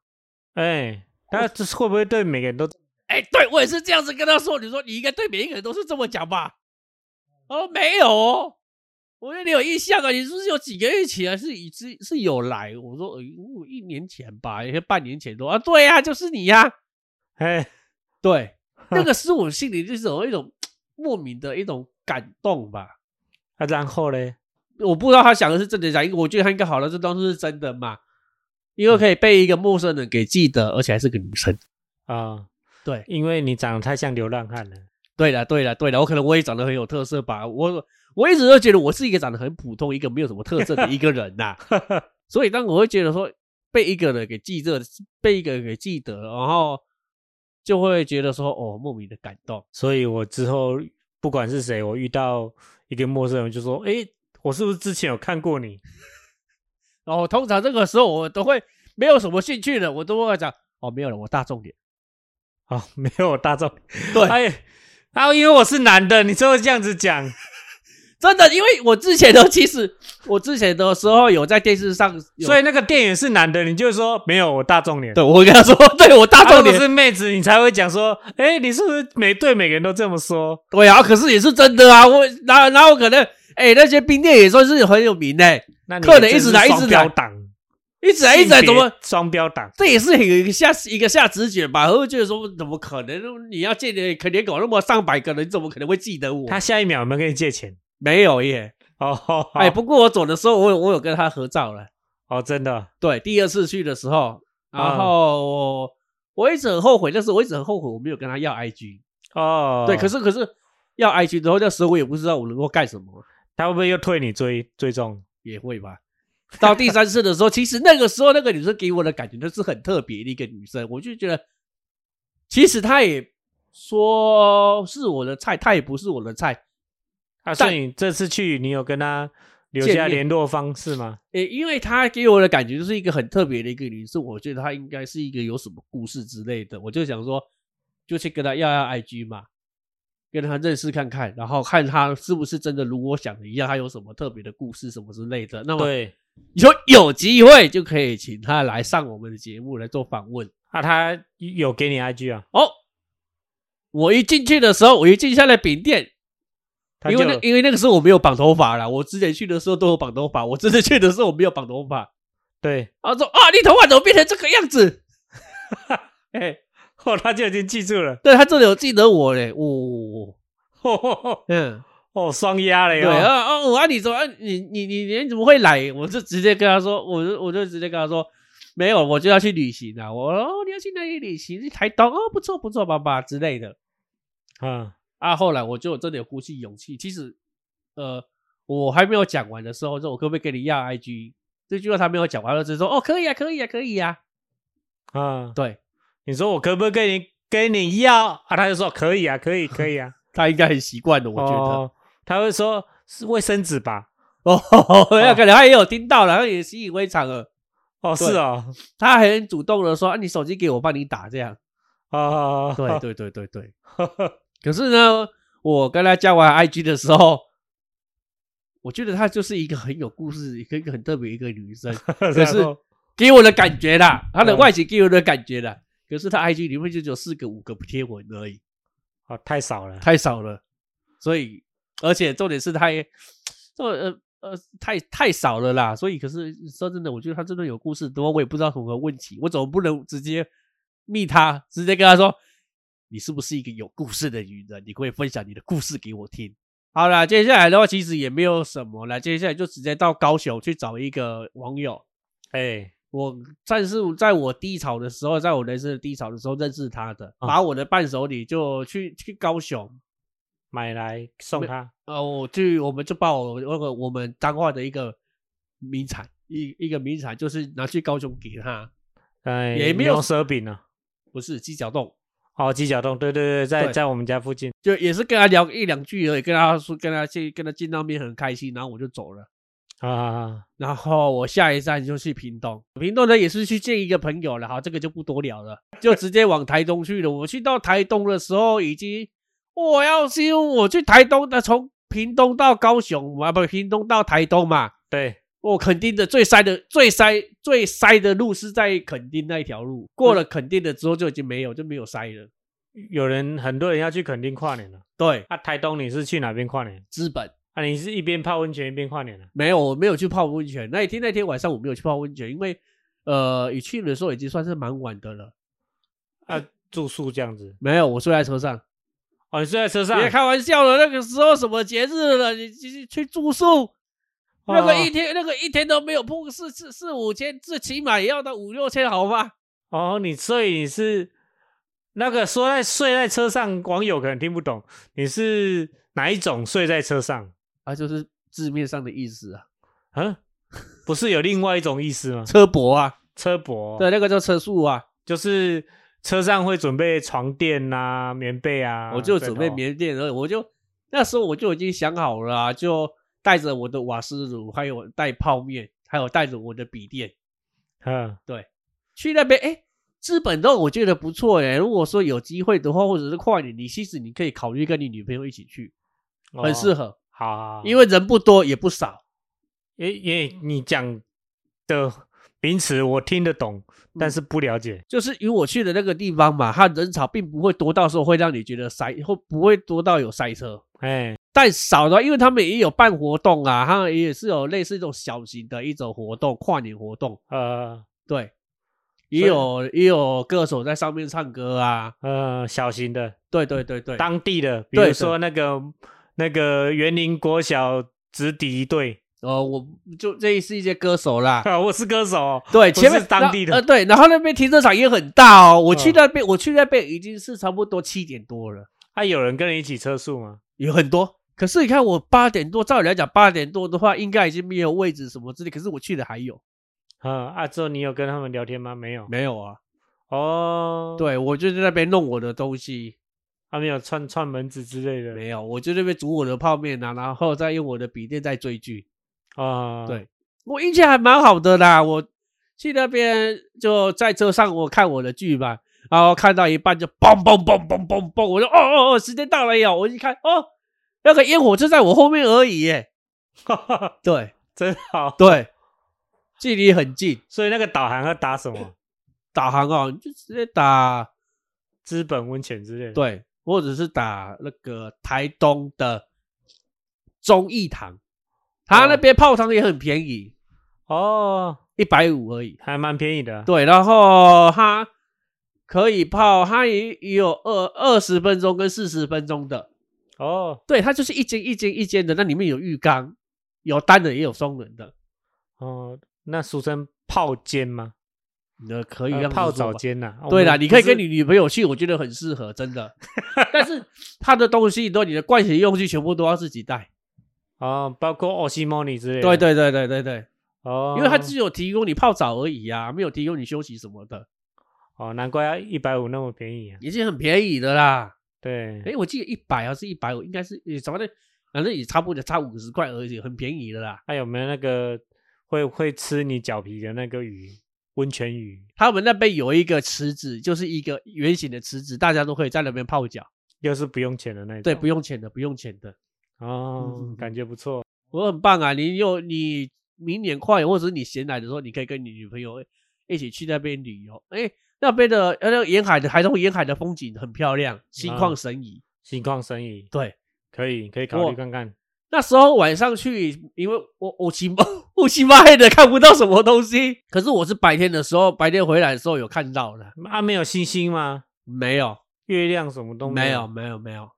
哎，他这是会不会对每个人都这 哎、对我也是这样子跟他说，你说你应该对每一个人都是这么讲吧？他说没有哦，我说你有印象啊，你是不是有几个月前啊是已是是有来？我说、呃、我一年前吧，也半年前多啊，对呀、就是你呀、哎，对，那 个是我心里就是有一种莫名的一种感动吧。啊，然后嘞，我不知道他想的是真的假的，因为我觉得他应该好了，这当初是真的嘛，因为可以被一个陌生人给记得，而且还是个女生。啊，对，因为你长得太像流浪汉了。对了，对了，对了，我可能我也长得很有特色吧，我我一直都觉得我是一个长得很普通、一个没有什么特色的一个人 呐、所以当我会觉得说被一个人给记着，被一个人给记得，然后就会觉得说哦，莫名的感动。所以我之后不管是谁，我遇到一个陌生人就说：“哎，我是不是之前有看过你然后哦通常这个时候我都会没有什么兴趣的，我都会讲哦，没有了，我大众脸。？”哦， 没有大众。对哎，啊，因为我是男的，你就会这样子讲。真的，因为我之前都其实我之前的时候有在电视上有，所以那个店员是男的，你就说没有我大众脸。对我会跟他说，对我大啊，众如果脸、是妹子，你才会讲说，哎，你是不是每对每个人都这么说？对啊，可是也是真的啊，我然后然后可能哎、那些冰店也算是很有名哎、那你客人一真直是来一直双标来党，一直来一直来性别怎么？双标党？这也是有一个下一个下直觉吧，会觉得说怎么可能？你要见的可怜狗那么上百个人，怎么可能会记得我？他下一秒有没有跟你借钱？没有耶，哦，好哎，不过我走的时候，我有我有跟他合照了。哦，真的，对，第二次去的时候，然啊后我、我一直很后悔，但是我一直很后悔我没有跟他要 IG。哦，对，可是是可是要 IG 之后，那时候我也不知道我能够干什么，他会不会又退你追追踪？也会吧。到第三次的时候，其实那个时候那个女生给我的感觉就是很特别的一个女生，我就觉得，其实她也说是我的菜，她也不是我的菜。啊，所以你这次去，你有跟他留见下面联络方式吗？诶，因为她给我的感觉就是一个很特别的一个女生，我觉得她应该是一个有什么故事之类的，我就想说，就去跟她要要 IG 嘛，跟她认识看看，然后看她是不是真的如我想的一样，她有什么特别的故事什么之类的。那么对，你说有机会就可以请他来上我们的节目来做访问啊，他有给你 IG 啊？哦。我一进去的时候，我一进下来饼店，他因就为那因为那个时候我没有绑头发啦，我之前去的时候都有绑头发，我这次去的时候我没有绑头发。对，然后说啊，你头发怎么变成这个样子？哎，哦，他就已经记住了，对他真的有记得我嘞，哦，哦哦嗯，哦，双压哦了对哟，啊啊，我啊你怎么啊你你你你怎么会来？我就直接跟他说，我就我就直接跟他说。没有，我就要去旅行啊！我哦，你要去哪里旅行？去台东哦，不错不错，爸爸之类的。啊，啊，后来我就真的有鼓起勇气。其实，呃，我还没有讲完的时候，说我可不可以跟你要 IG？这句话他没有讲完，他就说哦，可以啊，可以啊，可以啊。啊，对你说我可不可以跟你跟你要啊？他就说可以啊，可以，可以啊。他应该很习惯的，我觉得。哦他会说是卫生纸吧？ 哦，那、可能他也有听到了，他也习以为常了。哦，对是哦，他还很主动的说：“啊，你手机给我，帮你打。”这样。哦， 对对对对对。可是呢，我跟他加完 IG 的时候，我觉得她就是一个很有故事、一个一个很特别一个女生。然是后给我的感觉啦，他的嗯外形给我的感觉啦。可是他 IG 里面就只有四个五个贴文而已，哦，太少了，太少了。所以，而且重点是他也，这呃呃太太少了啦。所以，可是说真的，我觉得他真的有故事多，我也不知道从何问起。我总不能直接密他，直接跟他说，你是不是一个有故事的女人？你可以分享你的故事给我听。好啦，接下来的话其实也没有什么啦，接下来就直接到高雄去找一个网友，哎，我算是在我低潮的时候，在我人生的低潮的时候认识他的，啊把我的伴手礼就去去高雄，买来送他呃，我去我们就把我那个我们彰化的一个名产一一个名产，就是拿去高雄给他，哎，也没有牛舌饼啊，不是鸡脚冻，哦，鸡脚冻，对对对，在对在我们家附近，就也是跟他聊一两句而已，跟他说跟他见跟他见到面很开心，然后我就走了。啊啊，啊然后我下一站就去屏东，屏东呢也是去见一个朋友了，好，这个就不多聊了，就直接往台东去了。我去到台东的时候，已经我要是因为我去台东的，从屏东到高雄啊，不，屏东到台东嘛，对，我垦丁的最塞的最塞最塞的路是在垦丁那一条路，过了垦丁的之后就已经没有就没有塞了。有人很多人要去垦丁跨年了。对，啊，台东你是去哪边跨年？资本啊，你是一边泡温泉一边跨年啊？没有，我没有去泡温泉。那一天那天晚上我没有去泡温泉，因为呃，你去的时候已经算是蛮晚的了。啊，住宿这样子？没有，我睡在车上。哦，你睡在车上？别开玩笑了，那个时候什么节日了，你去去住宿，哦那个一天那个一天都没有破四四四五千，最起码也要到五六千，好吗？哦，你所以你是那个说在睡在车上，网友可能听不懂，你是哪一种睡在车上？啊，就是字面上的意思啊，？啊，不是有另外一种意思吗车博啊，车泊，哦对，，那个叫车速啊，就是车上会准备床垫呐、棉被啊，我就准备枕头缅甸，然后我就那时候我就已经想好了、啊，就带着我的瓦斯炉，还有带泡面，还有带着我的笔电嗯，去那边，哎。资本洞我觉得不错诶、如果说有机会的话，或者是快点，你其实你可以考虑跟你女朋友一起去，很适合。合。哦好好好，因为人不多也不少，也也你讲的名词我听得懂，嗯但是不了解。就是与我去的那个地方嘛，它人潮并不会多到时候会让你觉得塞，或不会多到有塞车。哎，但少的，因为他们也有办活动啊，他们也是有类似一种小型的一种活动，跨年活动，呃对，也有也有歌手在上面唱歌啊，呃，小型的对对对对，当地的，比对如对说那个那个园林国小直敌队， 呃，我就这是一些歌手啦，啊，我是歌手哦，对， 不前是面当地的呃对，然后那边停车场也很大哦，我去嗯那边、我去那边已经是差不多七点多了。啊，有人跟你一起车速吗？有很多。可是你看，我八点多，照理来讲，八点多的话，应该已经没有位置什么之类。可是我去的还有啊啊，之后你有跟他们聊天吗？没有。没有啊？哦，，对，我就在那边弄我的东西，他们有串串门子之类的。没有，我就在那边煮我的泡面啊，然后再用我的笔电在追剧。啊，对我运气还蛮好的啦，我去那边就在车上我看我的剧嘛，然后看到一半就嘣嘣嘣嘣嘣嘣，我就哦哦哦，时间到了呀！我一看哦，那个烟火就在我后面而已耶。对 真好。对，距离很近。所以那个导航要打什 么？导航哦，你就直接打资本温泉之类的。，对，或者是打那个台东的忠义堂，他那边泡汤也很便宜，哦，一百五而已。还蛮便宜的。，啊对，然后它可以泡，它也也有二二十分钟跟四十分钟的，哦，对，它就是一间一间一间的，那里面有浴缸，有单人也有双人的，哦，那俗称泡间吗？那可以呃让泡澡间呐、啊。对啦，啦，你可以不是跟你女朋友去，我觉得很适合，真 的。但是他的东西，都你的盥洗用具全部都要自己带。哦，包括 o s i m o n i 之类的。对，对对对对对，哦，因为他只有提供你泡澡而已啊，没有提供你休息什么的，哦，难怪要一百五那么便宜啊。已经很便宜的啦。对，诶，我记得一百还是一百五，应该是也反正反正也差不多差五十块而已，很便宜的啦。还、有没有那个会会吃你脚皮的那个鱼？温泉鱼他们那边有一个池子，就是一个圆形的池子，大家都可以在那边泡脚，又是不用钱的那种。对，不用钱的，不用钱的。哦，嗯嗯嗯感觉不错。我很棒啊！你有你明年跨年或者是你闲来的时候，你可以跟你女朋友一起去那边旅游。哎，那边的呃那个沿海的台东沿海的风景很漂亮，心旷神怡。心旷神怡，对，可以可以考我虑看看。那时候晚上去，因为我我 起我起妈黑的看不到什么东西，可是我是白天的时候，白天回来的时候有看到的，啊，没有星星吗？没有，月亮什么都没有，有。没有，没有。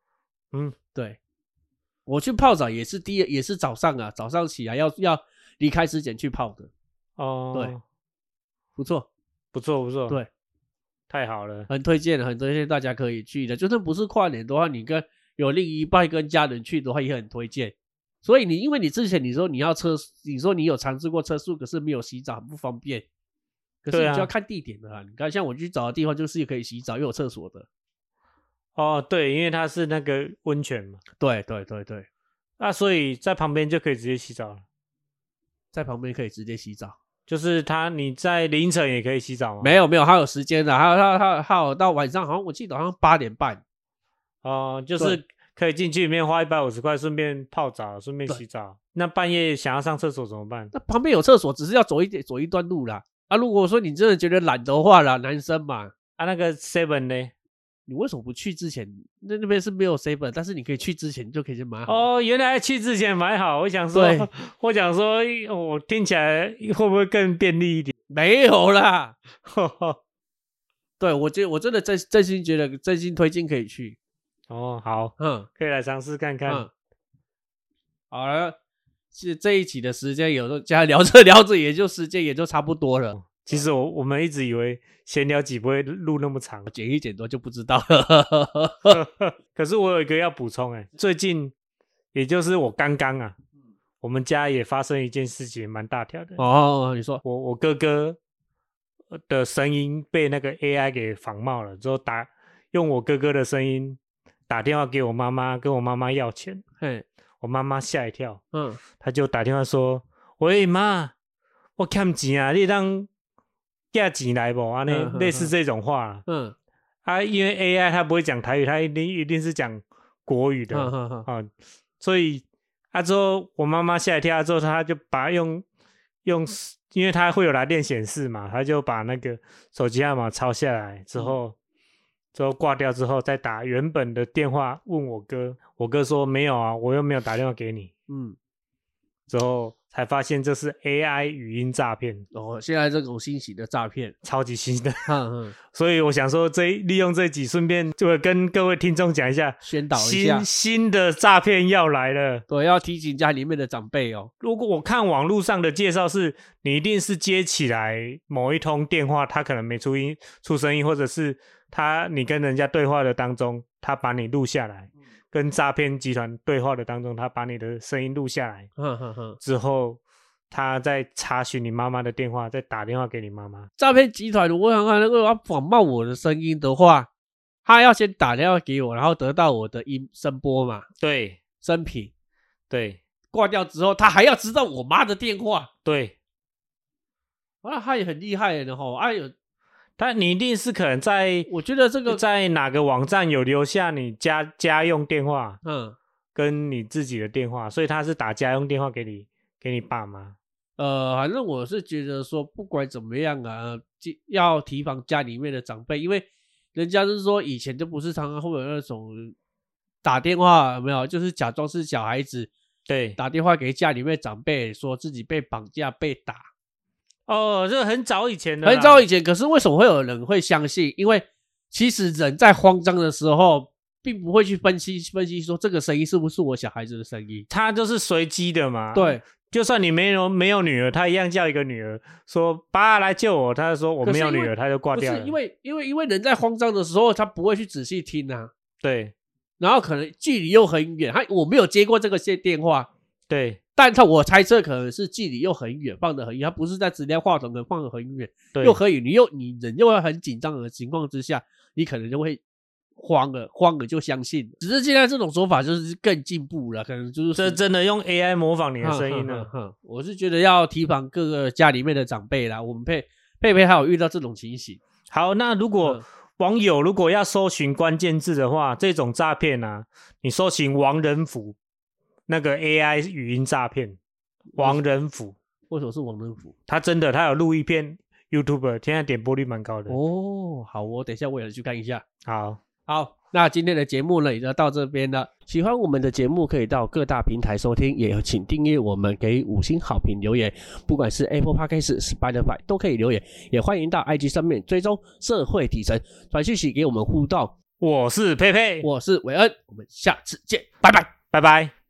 嗯，对，我去泡澡也是第也是早上啊，早上起来要要离开之前去泡的，哦，对，不错。不错不错，对，太好了。很推荐，很推荐大家可以去的。就算不是跨年的话，你跟有另一半跟家人去的话，也很推荐。所以你因为你之前你说你要车，你说你有尝试过车速，可是没有洗澡，很不方便。可是对你啊就要看地点的啦。你看，像我去找的地方就是可以洗澡又有厕所的。哦，对，因为它是那个温泉嘛，对对对对，那所以在旁边就可以直接洗澡了。在旁边可以直接洗澡。就是它，你在凌晨也可以洗澡吗？没有没有，还有时间的，还有还 有还有还有到晚上，好像我记得好像八点半。哦，就是可以进去里面花一百五十块，顺便泡澡，顺便对洗澡。那半夜想要上厕所怎么办？那旁边有厕所，只是要走一点走一段路啦。啊，如果说你真的觉得懒的话啦，男生嘛，啊，那个 Seven 呢？你为什么不去之前？那那边是没有 seven，但是你可以去之前就可以先买好。哦，原来去之前买好，我想对说，我想说，哦我、听起来会不会更便利一点？ 没有啦，对我觉我真的真真心觉得真心推荐可以去，哦，好，嗯可以来尝试看看。嗯，好了，这这一集的时间有时候加聊着聊着也就时间也就差不多了，其实我我们一直以为闲聊集不会录那么长，减一减多就不知道了。 可是我有一个要补充、欸，最近也就是我刚刚啊，我们家也发生一件事情，蛮大条的。嗯哦，你说我我哥哥的声音被那个 AI 给仿冒了，之后打用我哥哥的声音打电话给我妈妈，跟我妈妈要钱，嘿，我妈妈吓一跳，嗯，她就打电话说：“喂妈，我欠钱啊，你让寄钱来不？”啊，那嗯嗯类似这种话啊嗯，啊，因为 AI 它不会讲台语，它一定一定是讲国语的嗯嗯嗯，啊，所以啊之后我妈妈吓一跳，之后她就把用用，因为它会有来电显示嘛，她就把那个手机号码抄下来之嗯后，之后挂掉之后再打原本的电话问我哥，我哥说没有啊，我又没有打电话给你，嗯，之后才发现这是 AI 语音诈骗，哦，现在这种新型的诈骗，超级新的，嗯嗯，所以我想说这一利用这集顺便就跟各位听众讲一下。宣导一下新，新的诈骗要来了。对，要提醒家里面的长辈哦。如果我看网络上的介绍是，你一定是接起来某一通电话，他可能没出音、出声音，或者是他你跟人家对话的当中，他把你录下来，跟诈骗集团对话的当中，他把你的声音录下来哼哼哼，之后，他再查询你妈妈的电话，再打电话给你妈妈。诈骗集团，我想看如果要仿冒我的声音的话，他要先打电话给我，然后得到我的音声波嘛，对声频对挂掉之后，他还要知道我妈的电话，对，啊，他也很厉害的吼。哎呦，但你一定是可能在我觉得这个，在哪个网站有留下你家家用电话。嗯跟你自己的电话，所以他是打家用电话给你给你爸妈。呃，反正我是觉得说，不管怎么样啊，记要提防家里面的长辈，因为人家是说以前就不是常常会有那种打电话有没有，就是假装是小孩子对，打电话给家里面长辈，说自己被绑架被打。哦，这很早以前的啦，很早以前，可是为什么会有人会相信？因为其实人在慌张的时候，并不会去分析分析说这个声音是不是我小孩子的声音。他就是随机的嘛。，对，就算你没有没有女儿，他一样叫一个女儿说爸来救我，他就说我可是没有因为女儿，他就挂不掉是了。因为因为因为人在慌张的时候，他不会去仔细听啊，对然后可能距离又很远，他我没有接过这个线电话。对但他我猜测可能是距离又很远，放得很远，他不是在直接话筒，可能放得很远，对，又可以，你又你人又要很紧张的情况之下，你可能就会慌了，慌了就相信了。只是现在这种说法就是更进步了，可能就是这真的用 AI 模仿你的声音啊呢呢。？哼哼哼我是觉得要提防各个家里面的长辈啦，我们佩佩佩还有遇到这种情形，好，那如嗯果网友如果要搜寻关键字的话，这种诈骗啊，你搜寻王仁甫那个 AI 语音诈骗，王仁甫。为什么是王仁甫？他真的，他有录一篇 YouTube，现在点播率蛮高的。哦，好哦，我等一下我也去看一下。好，好，那今天的节目呢也就到这边了。喜欢我们的节目，可以到各大平台收听，也请订阅我们，给五星好评留言。不管是 Apple Podcast、Spotify 都可以留言，也欢迎到 IG 上面追踪社会底层，传讯息给我们互动。我是佩佩，我是韦恩，我们下次见，拜拜。拜拜。